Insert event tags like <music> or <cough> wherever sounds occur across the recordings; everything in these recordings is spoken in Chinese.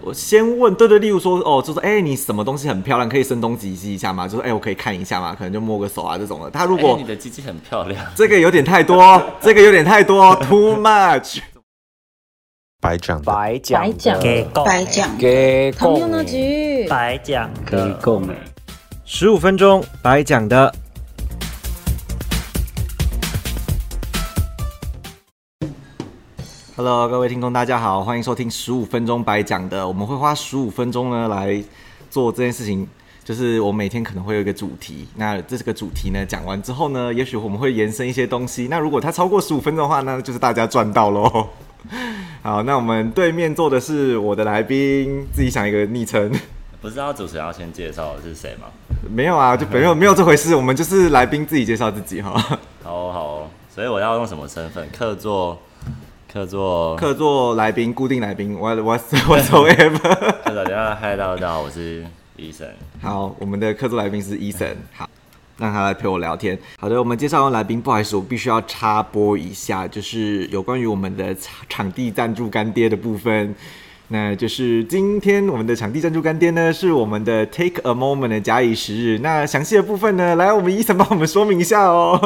我先问，对对，例如说，哦，就是哎、你什么东西很漂亮，可以声东击西一下吗？就是哎、我可以看一下吗？可能就摸个手啊这种的。他如哎果、你的鸡鸡很漂亮， <laughs> 这个有点太多，这个有点太多，too much。白讲的，白讲白讲给够白讲，给同够用那局，白讲的，十五分钟白讲的。 Hello，各位听众，大家好，欢迎收听十五分钟白讲的。我们会花十五分钟呢来做这件事情，就是我每天可能会有一个主题。那这个主题呢讲完之后呢，也许我们会延伸一些东西。那如果它超过十五分钟的话，那就是大家赚到喽。 <laughs> 好，那我们对面坐的是我的来宾，自己想一个昵称。不知道主持人要先介绍是谁吗？没有啊，就没有没有这回事，我们就是来宾自己介绍自己哈。好哦好哦，所以我要用什么身份？客座，客座，客座来宾，固定来宾，what what <laughs> whatsoever。客座，大家嗨，大家好，我是医生。哎好，我们的客座来宾是 Eason，好，让他来陪我聊天。好的，我们介绍完来宾，不好意思，我必须要插播一下，就是有关于我们的场场地赞助干爹的部分。那就是今天我们的场地赞助干爹呢，是我们的 Take a Moment 的假以时日。那详细的部分呢，来我们 Eason 帮我们说明一下哦。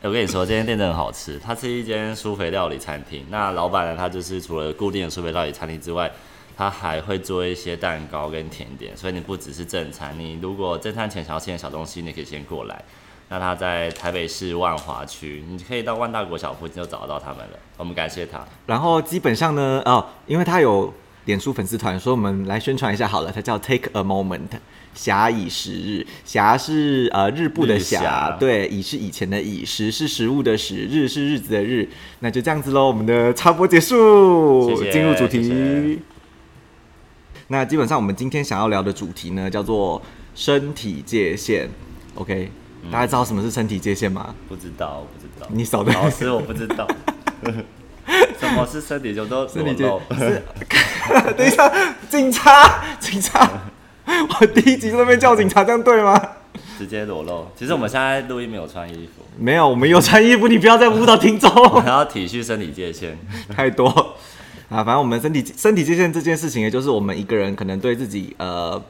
哎我跟你说，这间店真的很好吃，它是一间苏肥料理餐厅。那老板呢，他就是除了固定的苏肥料理餐厅之外，他还会做一些蛋糕跟甜点，所以你不只是正餐，你如果正餐前想要吃点小东西，你可以先过来。那他在台北市万华区，你可以到万大国小附近就找得到他们了。我们感谢他。然后基本上呢，哦，因为他有脸书粉丝团，所以我们来宣传一下好了。它叫 Take a Moment，暇以时日，暇是呃日部的日暇，暇对，以是以前的以，时是食物的时，日是日子的日。那就这样子喽，我们的插播结束，谢谢进入主题。谢谢那基本上我们今天想要聊的主题呢，叫做身体界限。OK，、大家嗯知道什么是身体界限吗？不知道，不知道。你少在老师，我不知 <laughs> 道。什么是身体就都身体界裸露是， <laughs> 等一下，警察，警察，我第一集在那边叫警察，这样对吗？直接裸露。其实我们现在录音没有穿衣服，没有，我们有穿衣服，你不要再误导听众，我们要体恤身体界限。 <laughs> 太多啊！反正我们身体身体界限这件事情，也就是我们一个人可能对自己呃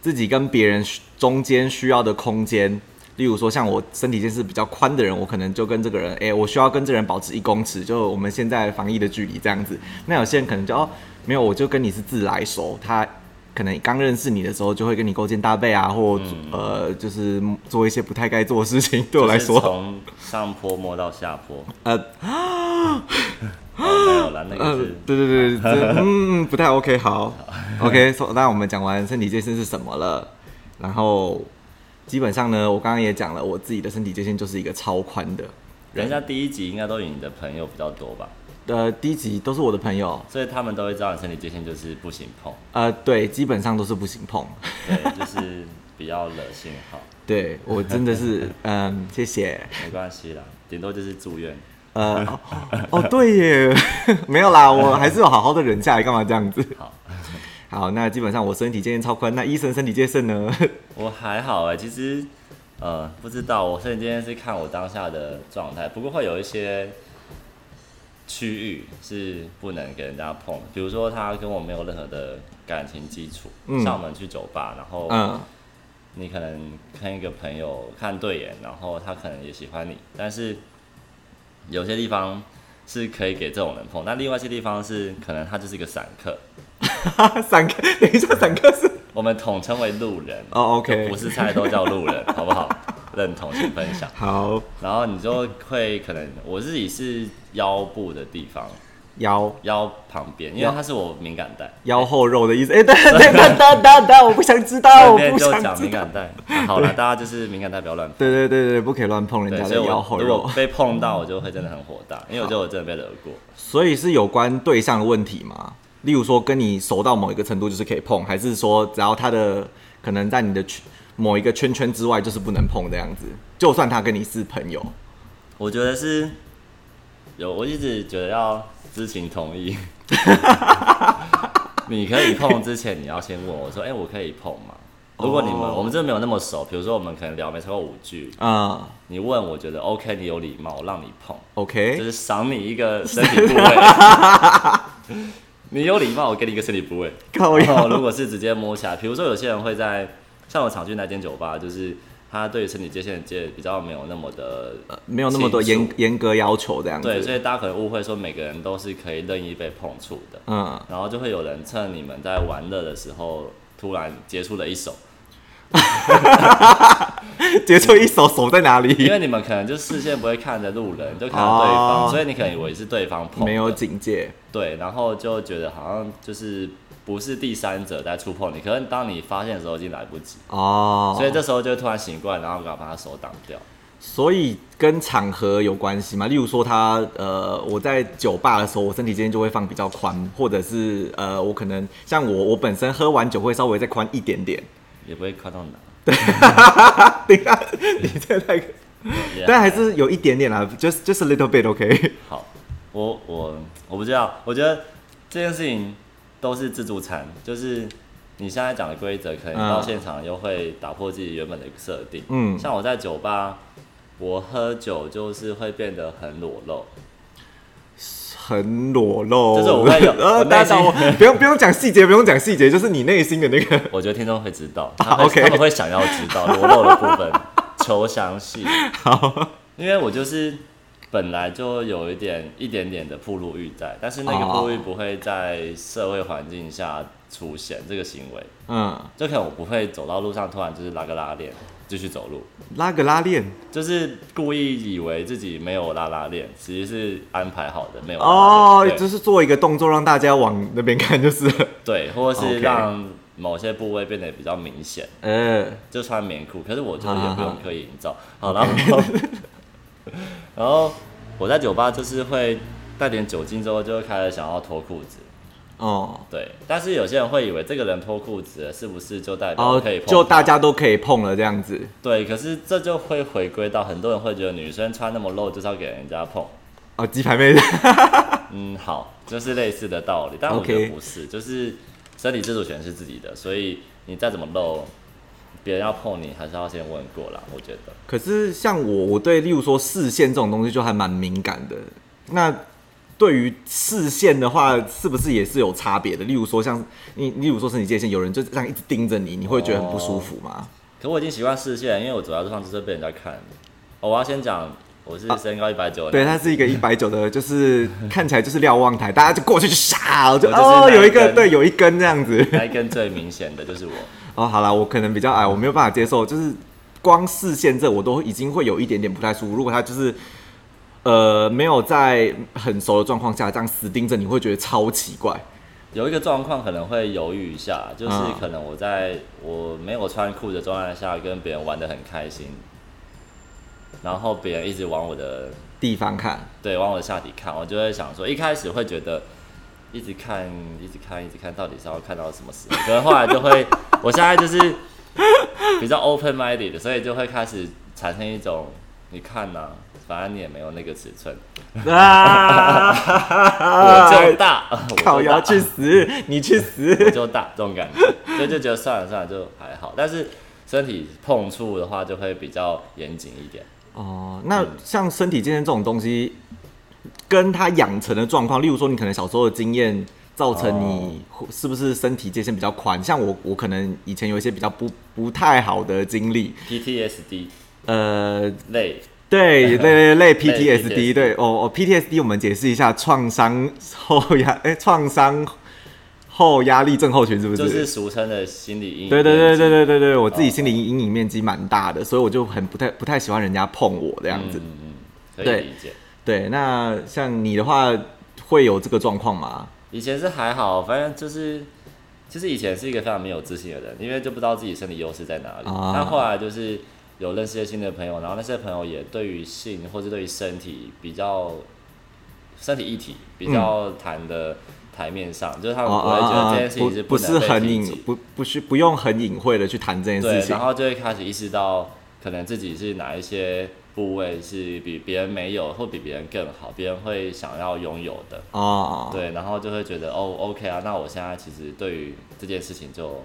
自己跟别人中间需要的空间。例如说，像我身体界限是比较宽的人，我可能就跟这个人，哎、我需要跟这人保持一公尺，就我们现在防疫的距离这样子。那有些人可能就哦，没有，我就跟你是自来熟，他可能刚认识你的时候就会跟你勾肩搭背啊，或、嗯呃，就是做一些不太该做的事情。对我来就是说，从上坡摸到下 <laughs> 坡，呃，哦没有了，那个呃是，对对对，这嗯不太 OK，好，OK，so, 那我们讲完身体界限是什么了，然后基本上呢，我刚刚也讲了，我自己的身体界限就是一个超宽的，人家第一集应该都有你的朋友比较多吧，呃，第一集都是我的朋友，所以他们都会知道你身体界限就是不行碰，呃，对，基本上都是不行碰，对，就是比较惹信号，对我真的是，嗯，谢谢，没关系啦，顶多就是住院。呃，哦哦对耶， <laughs> 没有啦，我还是有好好的忍下来，干嘛这样子？好，好，那基本上我身体界限超宽，那医生身体界限呢？ <laughs> 我还好哎、其实呃不知道，我瞬间是看我当下的状态，不过会有一些区域是不能跟人家碰，比如说他跟我没有任何的感情基础，嗯像我们去酒吧，然后嗯你可能跟一个朋友看对眼，然后他可能也喜欢你，但是有些地方是可以给这种人碰，但另外一些地方是可能他就是一个散客，哈哈，散客，等一下，散客是我们统称为路人，哦，OK，不是菜都叫路人， <laughs> 好不好？认同请分享。好。然后你就会可能我自己是腰部的地方，腰腰旁边，因为它是我敏感带。腰后肉的意思。哎、 <laughs> 等等等等等等，我不想知哦道，我顺便不就想讲知敏道。感带，啊好了，大家就是敏感带不要乱 <laughs> 碰。对对对对，不可以乱碰人对，家所以的腰我后如果肉，被碰到，我就会真的很火大，因为我觉得我真的被惹过。所以是有关对象的问题嘛？例如说，跟你熟到某一个程度就是可以碰，还是说只要他的可能在你的圈某一个圈圈之外就是不能碰这样子？就算他跟你是朋友，我觉得是有，我一直觉得要知情 <laughs> 同意。你可以碰之前，你要先问我说：“哎、我可以碰吗？”如果你们、哦我们真的没有那么熟，比如说我们可能聊没超过五句，嗯你问我觉得 OK，你有礼貌，我让你碰， <laughs> ，OK，就是赏你一个身体部位。你有礼貌，我给你一个身体部位。靠然后腰如果是直接摸起来，比如说有些人会在像我常去那间酒吧，就是他对身体界限的界比较没有那么的没有那么多庆严祝严格要求这样子。对，所以大家可能误会说每个人都是可以任意被碰触的，嗯， <laughs> 然后就会有人趁你们在玩乐的时候突然接触了 <laughs> 一手，接触一手手在哪因里？为你们可能就视线不会看着路人，就看到对方，哦所以你可能以为是对方碰的，没有警戒，对，然后就觉得好像就是不是第三者在触碰你，可是当你发现的时候已经来不及，哦，所以这时候就突然醒过来，然后赶快把他手挡掉。所以跟场合有关系嘛？例如说他呃，我在酒吧的时候，我身体今天就会放比较宽，或者是呃，我可能像我我本身喝完酒会稍微再宽一点 <laughs> 点。也不会宽到哪，啊等一下，你这太，也但还是有一点点啦，just just a little bit OK。好。我我我不知道，我觉得这件事情都是自助餐，就是你现在讲的规则，可能嗯到现场又会打破自己原本的设定。嗯像我在酒吧，我喝酒就是会变得很裸露，很裸露，就是我会有 <laughs> 呃，我大内家心懂我不用不用讲细节，不用讲细节，就是你内心的那个。我觉得听众会知道，他会、啊 OK 他们会想要知道裸露的部分， <laughs> 求详细。好，因为我就是本来就有一点一点点的暴露欲在，但是那个哦暴露欲不会在社会环境下出现这个行为，嗯，就可能我不会走到路上突然就是拉个拉链继续走路，拉个拉链就是故意以为自己没有拉拉链，其实是安排好的没有拉拉哦链，就对是做一个动作让大家往那边看，就是了对，或者是 OK 让某些部位变得比较明显。呃，就穿棉裤，可是我就好也好不用好刻意营造。好，然后然后我在酒吧就是会带点酒精之后，就会开始想要脱裤子。哦。对，但是有些人会以为这个人脱裤子了是不是就代表哦可以碰，他、就大家都可以碰了这样子。对，可是这就会回归到很多人会觉得女生穿那么露就是要给人家碰。哦，鸡排 <laughs> 妹，嗯，好，就是类似的道理，但我觉 OK 得不是就是身体自主权是自己的，所以你再怎么露，别人要碰你还是要先问过啦。我觉得。可是像我，我对例如说视线这种东西就还蛮敏感的。那对于视线的话，是不是也是有差别的？例如说像你，例如说身体界限，有人就这样一直盯着你，你会觉得很不舒服吗？可我已经习惯视线，因为我走在路上就是被人家看。哦，我要先讲，我是身高一百九，对，他是一个一百九的，就是看起来就是瞭望台，大家就过去就杀，就我就是哦那一有一个根对有一根这样子。那一根最明显的就是我。哦，好啦，我可能比较矮，我没有办法接受，就是光视线这我都已经会有一点点不太舒服。如果他就是呃没有在很熟的状况下这样死盯着，你会觉得超奇怪。有一个状况可能会犹豫一下，就是嗯可能我在我没有穿裤子的状态下跟别人玩的很开心，然后别人一直往我的地方看，对往我的下体看，我就会想说，一开始会觉得一直看，一直看，一直看，到底是要看到什么时候？可能后来就会，我现在就是比较 open minded，所以就会开始产生一种，你看呐、反正你也没有那个尺寸， <laughs> 啊，我就大， <laughs> 我就大靠腰去死，你去我死。就大这种感觉，所以就觉得算了算了就还好，但是身体碰触的话就会比较严谨一点。哦，那像身体健身这种东西，跟他养成的状况，例如说你可能小时候的经验。造成你是不是身体界限比较宽？像我，我可能以前有一些比较不不太好的经历， PTSD 呃，类 <laughs> 对，类类类 PTSD PTSD，对，哦哦，PTSD，我们解释一下，创伤后压，哎、创伤后压力症候群是不是？就是俗称的哦心理阴影。对对对对对对对，我自己心理阴影面积蛮大的，所以我就很不太不太喜欢人家碰我这样子。嗯嗯嗯，可对以理解。对，那像你的话，会有这个状况吗？以前是还好，反正就是，其实以前是一个非常没有自信的人，因为就不知道自己身体优势在哪里。啊但后来就是有认识一些新的朋友，然后那些朋友也对于性或是对于身体比较身体议题比较嗯谈的台面上，就是他们呃啊不会觉得这件事情是不不能是被很提隐及，不不是不用很隐晦的去谈这件对事，情然。后就会开始意识到，可能自己是哪一些部位是比别人没有，或比别人更好，别人会想要拥有的。哦，对，然后就会觉得哦，OK 啊，那我现在其实对于这件事情就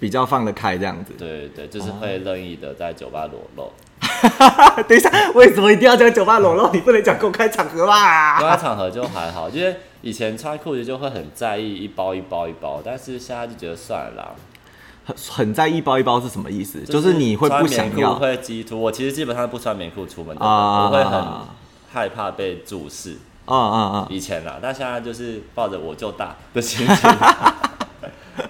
比较放得开这样子。对对对，就是会任意的在酒吧裸哦露。 <laughs> 等一下，为什么一定要讲酒吧裸露？你不能讲公开场合吧？公开场合就还好，因为以前穿裤子就会很在意一包一包一包，但是现在就觉得算了啦，很很在意包一包是什么意思？就是你会不穿想棉裤要会激突。我其实基本上不穿棉裤出门的，啊我会很害怕被注视。啊啊啊！以前啦，但现在就是抱着我就大的心 <laughs> 情，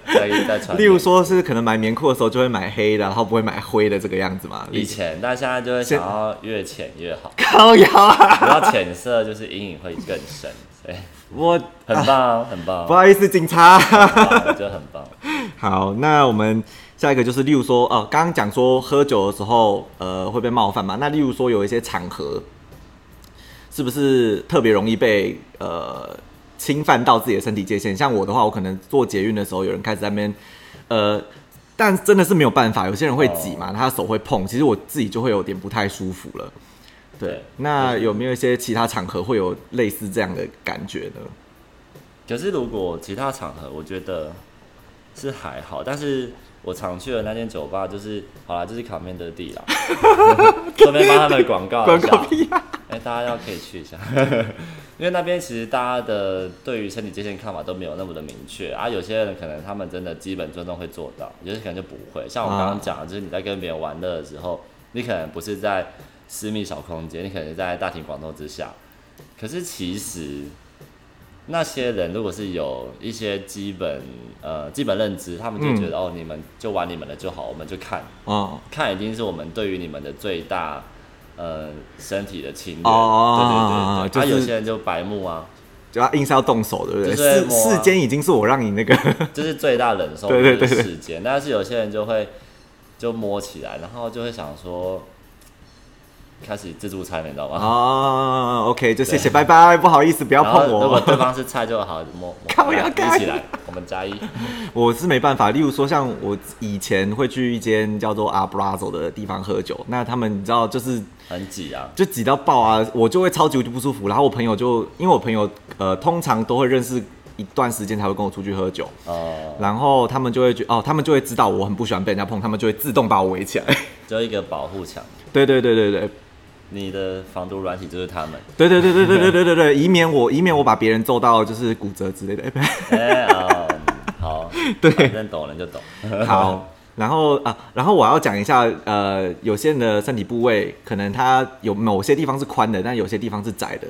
在在穿。例如，说是可能买棉裤的时候就会买黑的，然后不会买灰的这个样子嘛。以前，但现在就会现想要越浅越好，靠腰 <laughs> 啊，然后浅色就是阴影会更深，所以我很棒，很棒， <laughs> 不好意思，警察。很棒我觉得很棒。好，那我们下一个就是，例如说，哦、刚刚讲说喝酒的时候，呃，会被冒犯嘛？那例如说有一些场合，是不是特别容易被呃侵犯到自己的身体界限？像我的话，我可能做捷运的时候，有人开始在那边，呃，但真的是没有办法，有些人会挤嘛，他手会碰，其实我自己就会有点不太舒服了。<laughs> 对对，那有没有一些其他场合会有类似这样的感觉呢？可是如果其他场合，我觉得是还好，但是我常去的那间酒吧就是，好啦，就是卡面的地 <laughs> 啦，顺便帮他们广告一广下告，屁啊！哎、大家要可以去一下， <laughs> 因为那边其实大家的对于身体界限看法都没有那么的明确啊，有些人可能他们真的基本尊重会做到，有些可能就不会。像我刚刚讲的，就是你在跟别人玩乐的时候，你可能不是在私密小空间，你可能在大庭广众之下，可是其实那些人如果是有一些基本呃基本认知，他们就觉得、哦，你们就玩你们的就好，我们就看哦看，已经是我们对于你们的最大呃身体的侵略。哦对对对就对，是啊，有些人就白 <laughs> 目啊，就要硬是要动手，对不对？就是世摸啊世间已经是我让你那个这是最大忍受对对对的对时间。但是有些人就会就摸起来，然后就会想说开始自助餐了，你知道吗？哦 OK，就谢谢，拜拜，不好意思，不要然后碰如果对我，方是菜就好，摸 <laughs> 靠摸腰杆一起来，我们加一。我是没办法。例如说，像我以前会去一间叫做阿布拉走的地方喝酒，那他们你知道就是很挤啊，就挤到爆啊，我就会超级无敌不舒服。然后我朋友就因为我朋友呃通常都会认识一段时间才会跟我出去喝酒，哦，然后他们就会觉哦，他们就会知道我很不喜欢被人家碰，他们就会自动把我围起来。就一个保护墙，对对对对对。你的防毒软体就是他们。对对对对对对对对对，以免我以免我把别人揍到就是骨折之类的。哎、哦好， <laughs> 对反正懂了就懂。好，然后啊，然后我要讲一下，呃，有些人的身体部位可能它有某些地方是宽的，但有些地方是窄的，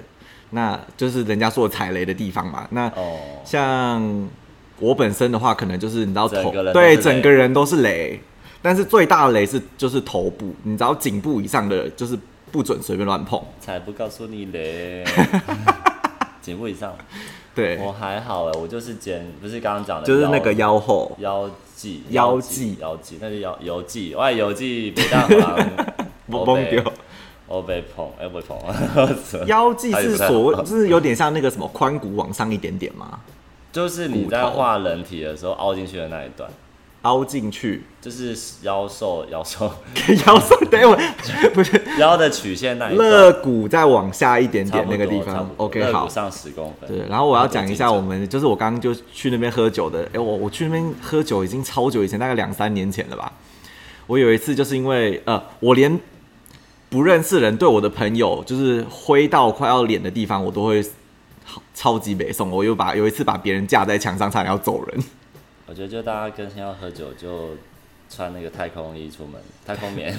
那就是人家说的踩雷的地方嘛。那哦，像我本身的话，可能就是你知道头整个人都是对雷整个人都是雷，但是最大的雷是就是头部，你知道颈部以上的就是不准随便乱碰。才不告诉你 <laughs> 嘞。颈部以上，对，我还好哎，我就是肩，不是刚刚讲的，就是那个腰后。腰际，腰际，际，腰际，那是腰游记，我游记北大行 <laughs> 崩崩哦掉，我被碰，哎，不会碰， <laughs> 腰际是所哎谓，不太好是有点像那个什么髋骨往上一点点嘛，就是你在画人体的时候凹进去的那一段，凹进去。就是腰瘦腰瘦 <laughs> 腰上，等一会儿不是腰的曲线那一段，肋骨再往下一点差点不那多个地哎差方不。多 OK，肋好骨。上十公分，对，然后我要讲一下差不多我们，就是我刚刚就去那边喝酒的。哎、我我去那边喝酒已经超久以前，大概两三年前了吧。我有一次就是因为呃，我连不认识人对我的朋友，就是挥到快要脸的地方，我都会好超级北宋。我又把有一次把别人架在墙上，差点要走人。我觉得就大家更新要喝酒就穿那个太空衣出门，太 <laughs> 空棉，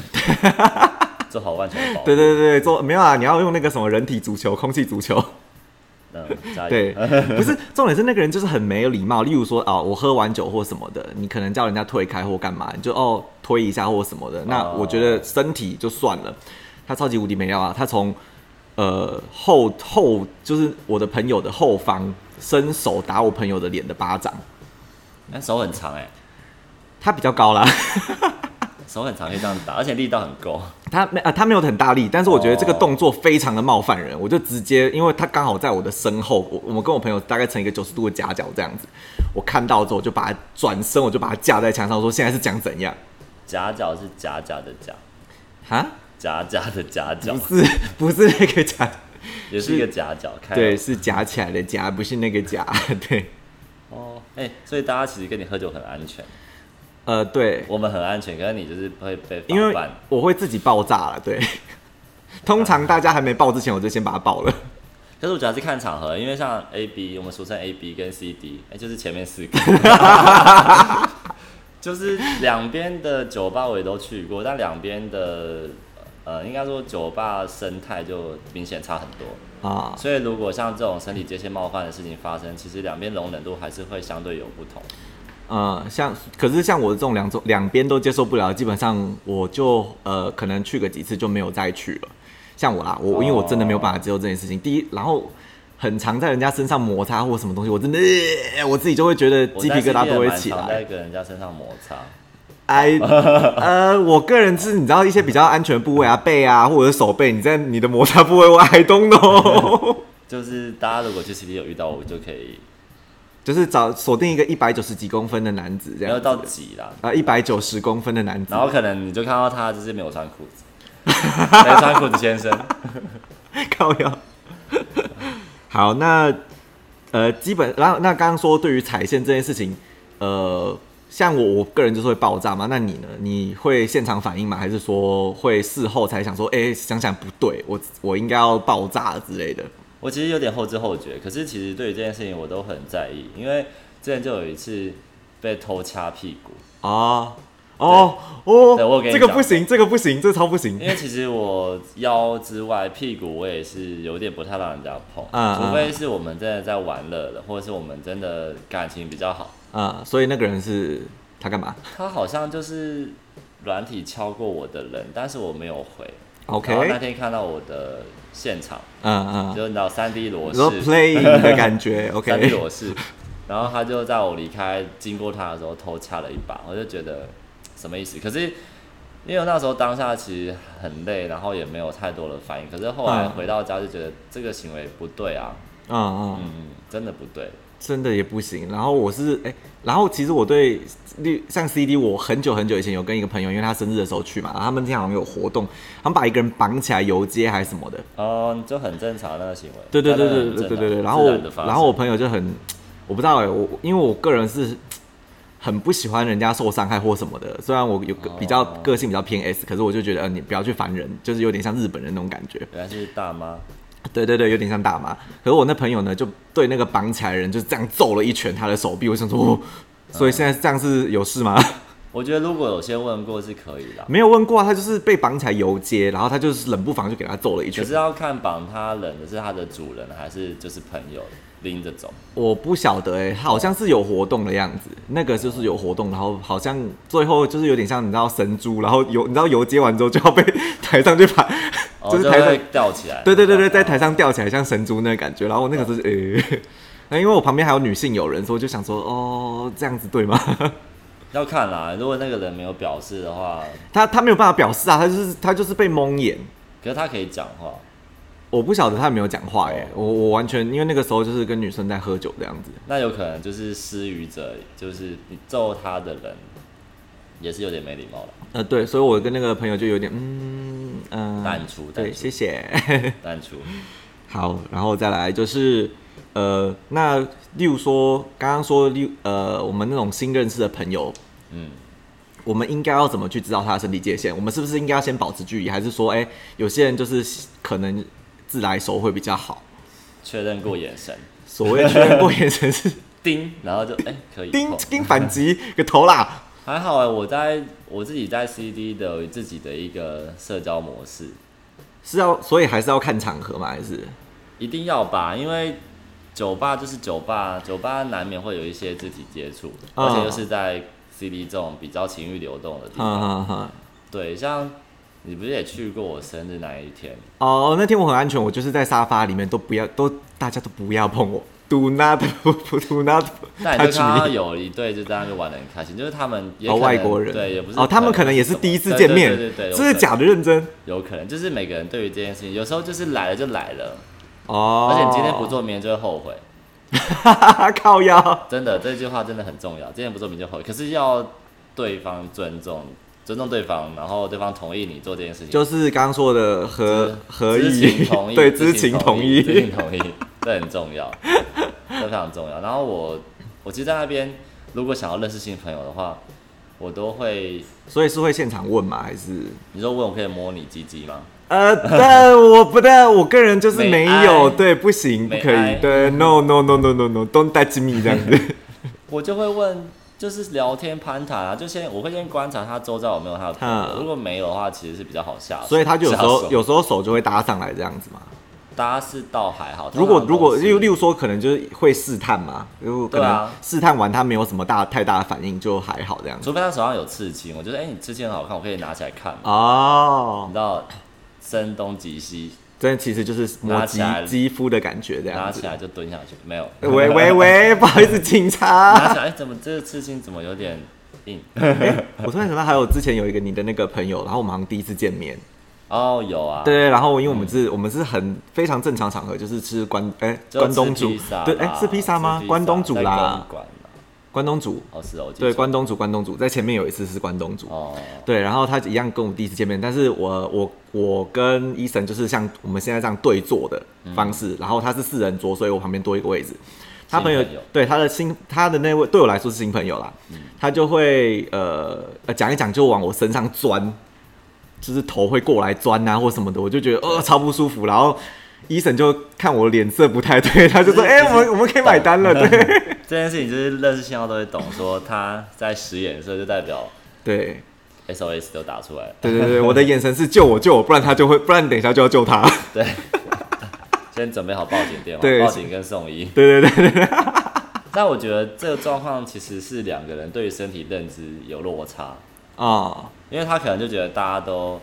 做好万全保护。对对对，对做没有啊？你要用那个什么人体足球、空气足球。嗯，加油。对，不是重点是那个人就是很没有礼貌。例如说啊、我喝完酒或什么的，你可能叫人家退开或干嘛，你就哦推一下或什么的。那哦我觉得身体就算了，他超级无敌没料啊！他从呃后后就是我的朋友的后方伸手打我朋友的脸的巴掌，那手很长哎、他比较高啦，手很长可以这样打，而且力道很够。他没啊、他没有很大力，但是我觉得这个哦动作非常的冒犯人，我就直接，因为他刚好在我的身后，我我们跟我朋友大概成一个九十度的夹角这样子，我看到之后我就把他转身，我就把他架在墙上说现在是讲怎样夹角是夹夹的夹，啊？夹夹的夹角 <laughs> 不，是不是那个夹，也是一个夹角。<laughs> 看对，是夹起来的夹，不是那个夹， <laughs> 对，哦，哎、所以大家其实跟你喝酒很安全，呃对，我们很安全，可是你就是会被因防为范。 <laughs> 我会自己爆炸了，对，通常大家还没爆之前我就先把它爆了， <laughs> 可是我主要是看场合，因为像 A B，我们俗称 A B 跟 C D，哎、就是前面四个， <laughs> 就是两边的酒吧我也都去过，但两边的呃，应该说酒吧生态就明显差很多。啊，所以如果像这种身体界限冒犯的事情发生，其实两边容忍度还是会相对有不同。呃，像可是像我这种两种两边都接受不了，基本上我就呃可能去个几次就没有再去了。像我啦，我因为我真的没有办法接受这件事情。第一，然后很常在人家身上摩擦或什么东西，我真的、呃我自己就会觉得我鸡皮疙瘩都会在起 CD 也蛮常来在。跟人家身上摩擦。哎，呃，我个人是你知道一些比较安全部位啊，背啊或者手背，你在你的摩擦部位，我 I don't <laughs> know。就是大家如果去 CD 有遇到我，就可以就是找锁定一个一百九十几公分的男子这样没有子，到几啦，啊一百九十公分的男子然，后可能你就看到他就是没有穿裤 <laughs> 子，没穿裤子先生。 <laughs> 靠腰。好，那呃，基本，然后那刚刚说对于踩线这件事情，呃，像我我个人就是会爆炸嘛，那你呢？你会现场反应吗？还是说会事后才想说，哎、想想不对，我我应该要爆炸之类的？我其实有点后知后觉，可是其实对于这件事情我都很在意，因为之前就有一次被偷掐屁股，哦哦哦，对我有跟你这个讲不行，这个不行，这个超不行因。为其实我腰之外，屁股我也是有点不太让人家碰，嗯除非是我们真的在玩乐了，或者是我们真的感情比较好。啊、所以那个人是他干嘛他好像就是软体敲过我的人，但是我没有回。 ？OK，然后那嗯天看到我的现场，嗯，就你知道三 D 裸你说视， playing 的感觉 <laughs> 三 D ，OK，裸视，然后他就在我离开经过他的时候偷掐了一把，我就觉得什么意思？可是因为我那时候当下其实很累，然后也没有太多的反应，可是后来嗯回到家就觉得这个行为不对啊，嗯嗯，嗯，真的不对。真的也不行。然后我是哎、然后其实我对绿像 CD，我很久很久以前有跟一个朋友，因为他生日的时候去嘛，然后他们今天好像有活动，他们把一个人绑起来游街还是什么的，哦，就很正常那个行为。对对对对但是很对正对常对对。然后自我然地发生然后我朋友就很，我不知道哎、我因为我个人是很不喜欢人家受伤害或什么的。虽然我有个比较哦个性比较偏 S，可是我就觉得，呃，你不要去烦人，就是有点像日本人那种感觉。原来是大妈，对对对，有点像大妈。可是我那朋友呢，就对那个绑起来的人就这样揍了一拳他的手臂。我想说，哦所以现在这样是有事吗？ <laughs> 我觉得如果有先问过是可以的，没有问过啊，他就是被绑起来游街，然后他就是冷不防就给他揍了一可拳是。要看绑他人的是他的主人还是就是朋友拎着走。我不晓得哎、欸，好像是有活动的样子，那个就是有活动，然后好像最后就是有点像你知道神猪，然后游你知道游街完之后就要被 <laughs> 抬上去把，哦，就是就台上会吊起来。对对对对，在哦台上吊起来像神猪那个感觉，然后我那个时候就呃， <laughs> 那因为我旁边还有女性友人，所以我就想说哦这样子对吗？要看啦，如果那个人没有表示的话，他他没有办法表示啊，他就是他就是被蒙眼，可是他可以讲话。我不晓得他有没有讲话哎、哦我我完全因为那个时候就是跟女生在喝酒这样子，那有可能就是施予者，就是你揍他的人，也是有点没礼貌了，呃对，所以我跟那个朋友就有点嗯嗯、淡出淡对，出谢谢。 <laughs> 淡出。好，然后再来就是，呃，那例如说刚刚说，例如呃，我们那种新认识的朋友，嗯，我们应该要怎么去知道他的身体界限？我们是不是应该要先保持距离？还是说，哎、有些人就是可能自来熟会比较好？确认过眼神，所谓确认过眼神是叮，然后就哎、可以叮碰叮反击个头啦！还好哎、我在我自己在 CD 的有自己的一个社交模式，是要，所以还是要看场合嘛，还是一定要吧，因为酒吧就是酒吧，酒吧难免会有一些肢体接触，嗯而且又是在 CD 这种比较情欲流动的地哈方。哈哈。对，像你不是也去过我生日那一 <laughs> 天？哦，那天我很安全，我就是在沙发里面，都不要，都大家都不要碰我，do not <laughs> do not 但你就 touch 看 me 到。有一对就在那边玩的很开心，就是他们也哦，可能外国人对，也不是哦，他们可能也是什么第一次见面，对对对对，这是假的，的认真有可能就是每个人对于这件事情，有时候就是来了就来了，哦。而且你今天不，做，明天就会后悔。 <laughs> 靠腰真的，这句话真的很重要。之前不做明就后悔，可是要对方尊重，尊重对方，然后对方同意你做这件事情，就是刚刚说的合合知意情同，意，对，知知情情同同 <laughs> 知情意。同意，这很重要，这非常重要。然后我，我其实在那边，如果想要认识新朋友的话，我都会，所以是会现场问吗？还是你说问我可以摸你鸡鸡吗？呃，但我不但我个人就是没有，没爱对，不行，不没可爱嗯以，对，no no no no no no，don't touch me 这样 <laughs> 子。我就会问，就是聊天攀谈啊，就先我会先观察他周遭有没有他的朋嗯友，如果没有的话，其实是比较好下手。 <laughs> 所以他就有时下候手有时候手就会搭上来这样子嘛。搭是倒还好，如果通常都如果是例如例如说可能就是会试探嘛，如果可哦对能啊试探完他没有什么大太大的反应就还好这样子。除非他手上有刺青，我觉得哎、你刺青很好看，我可以拿起来看嘛。哦你，知道声东击西，这其实就是磨拿起肌来肌肤的感觉这拿样起子。哎来就蹲下去，没有。喂喂喂， <laughs> 不好意思，警拿察。起来，哎、怎么这个刺青怎么有点硬？我突然想到，还有之前有一个你的那个朋友，然后我们好像第一次见面，哦，有啊，对，然后因为我们是，我们是很非常正常场合，就是吃关哎就关吃东煮披萨啦，对，哎是披萨吗吃？关东煮在啦公，馆啦关东煮，哦是哦，我记对，错关东煮，关东煮，在前面有一次是关东煮，哦，对，然后他一样跟我第一次见面，但是我我我跟医生就是像我们现在这样对坐的方式，然后他是四人桌，所以我旁边多一个位置。他朋友朋友对他的新他的那位对我来说是新朋友啦，他就会呃呃讲一讲就往我身上钻，就是头会过来钻啊或什么的，我就觉得呃超不舒服，然后。医生就看我脸色不太对，他就说：“哎、我们我们可以买单了。”对这件事情就是认识信号都会懂，说他在使眼色就代表 <laughs> 对 SOS 都打出来了，对对对，我的眼神是救我救我，不然他就会，不然等一下就要救他。 <laughs> 对，先准备好报警电对话，报警跟送医。对对对对，但我觉得这个状况其实是两个人对于身体认知有落差，哦，因为他可能就觉得大家都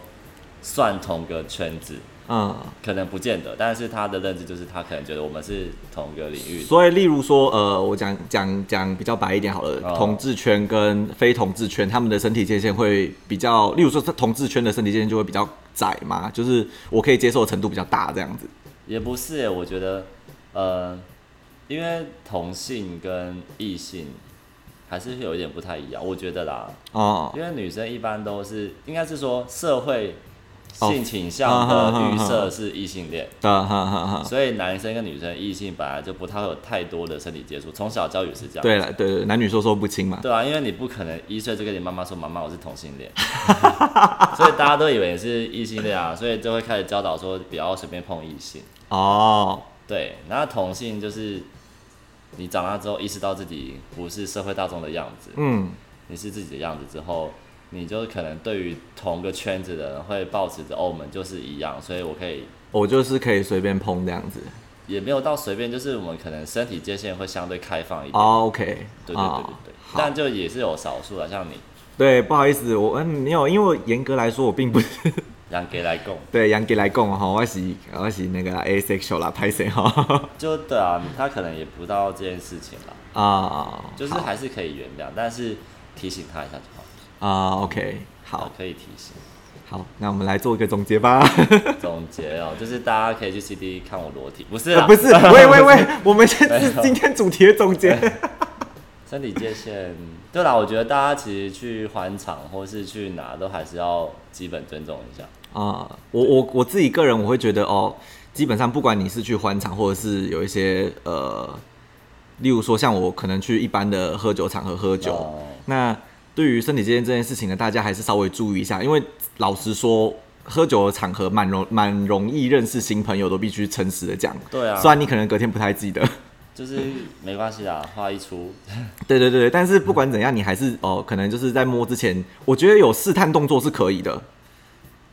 算同个圈子，嗯，可能不见得，但是他的认知就是他可能觉得我们是同个领域的，所以例如说，呃，我讲讲讲比较白一点好了，哦同志圈跟非同志圈他们的身体界限会比较，例如说，同志圈的身体界限就会比较窄嘛，就是我可以接受的程度比较大这样子。也不是耶。我觉得，呃，因为同性跟异性还是有一点不太一样，我觉得啦，哦因为女生一般都是，应该是说社会哦性倾向的预啊啊啊设是异性恋，的，啊哈哈哈。所以男生跟女生异性本来就不太会有太多的身体接触，从小教育是这样。对了，对对，男女授受不亲嘛。对啊，因为你不可能一岁就跟你妈妈说妈妈我是同 <laughs> 性恋，所以大家都以为你是异性恋啊，所以就会开始教导说不要随便碰异性。哦，对，那同性就是你长大之后意识到自己不是社会大众的样子，嗯，你是自己的样子之后，你就可能对于同个圈子的人会抱持着哦，我们就是一样，所以我可以我就是可以随便碰这样子。也没有到随便，就是我们可能身体界限会相对开放一点。哦，OK，对对对哦对对，好但就也是有少数的，像你对，不好意思，我嗯没有，因为我严格来说，我并不是让给来供，对杨吉来讲哦吼，我是我是那个 asexual 啦，拍谁哈就对啊，他可能也不到这件事情啦， <laughs> 啊，就是好还是可以原谅，但是提醒他一下就好。啊，OK，好可以提醒。好，那我们来做一个总结吧。 <laughs> 总结哦，就是大家可以去 CD 看我裸体，不是呃啦，不是，喂喂喂，我们这没是有今天主题的总结。身体界限。对啦，我觉得大家其实去欢场或是去哪都还是要基本尊重一下。啊、我我我自己个人我会觉得哦，基本上不管你是去欢场，或者是有一些呃，例如说像我可能去一般的喝酒场合喝酒，哦那对于身体健健这件事情呢，大家还是稍微注意一下，因为老实说。喝酒的场合蛮容蛮容易认识新朋友，都必须诚实的讲。对啊虽然你可能隔天不太记得， <laughs> 就是没关系啦，话一出，对对对对，但是不管怎样，你还是哦、可能就是在摸之前，我觉得有试探动作是可以的。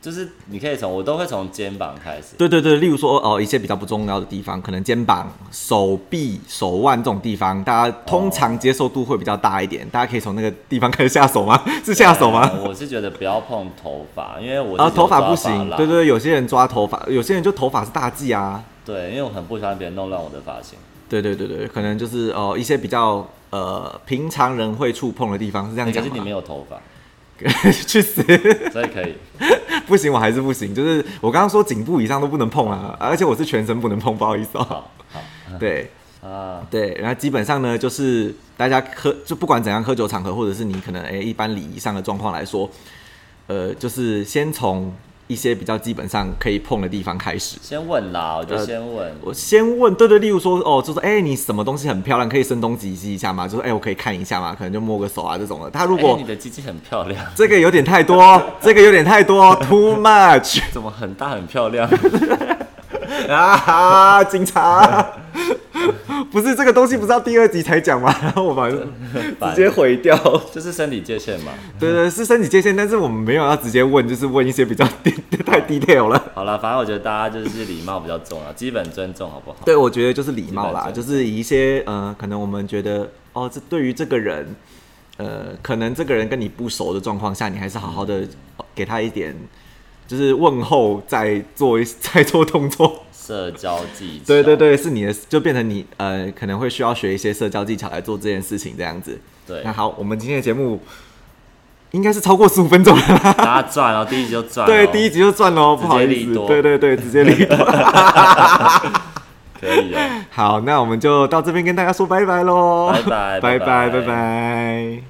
就是你可以从我都会从肩膀开始，对对对，例如说哦，一些比较不重要的地方，可能肩膀、手臂、手腕这种地方，大家通常接受度会比较大一哦点。大家可以从那个地方开始下手 <laughs> 吗？是下手吗？呃我是觉得不要碰头发，因为 <laughs> 我啊，是头有抓发不发行，啦对对对，有些人抓头发，有些人就头发是大忌啊。对，因为我很不喜欢别人弄乱我的发型。对对对对，可能就是哦一些比较呃平常人会触碰的地方是这样可讲是你没吗？有头发， <laughs> 去死！所以可以。不行，我还是不行。就是我刚刚说颈部以上都不能碰啊，而且我是全身不能碰，不好意思哦。好对，啊，对，然后基本上呢，就是大家喝，就不管怎样喝酒场合，或者是你可能诶、一般礼仪上的状况来说，呃，就是先从一些比较基本上可以碰的地方开始。先问啦，我就呃先问。我先问，对对，例如说，哦，就是哎、你什么东西很漂亮，可以声东击西一下吗？就是哎、我可以看一下吗？可能就摸个手啊这种的。他如哎果、你的鸡鸡很漂亮， <laughs> 这个有点太多，这个有点太多，too much 怎么很大很 <laughs> 漂亮？啊！ <laughs> 哈，警 <laughs> 察，不是这个东西不是要第二集才讲吗？然后我把直接毁掉。就是身体界限嘛。对对，是身体界限，但是我们没有要直接问，就是问一些比较 <laughs> 太 detail 了。好了，反正我觉得大家就是礼貌比较重要，啊基本尊重好不好？对，我觉得就是礼貌啦，基本尊重就是以一些呃，可能我们觉得哦，这对于这个人，呃，可能这个人跟你不熟的状况下，你还是好好的给他一点，就是问候，再做 <laughs> 一再做动作。社交技巧。对对对，是啊你的，就变成你呃，可能会需要学一些社交技巧来做这件事情，这样子。对那，好，我们今天的节目应该是超过十五分钟了啦。大家赚哦，第一集就赚哦。对，第一集就赚喽，不好意直接利思。多对对对，直接利多。<laughs> 可以哦。好，那我们就到这边跟大家说拜拜喽，拜拜拜拜，拜拜拜拜。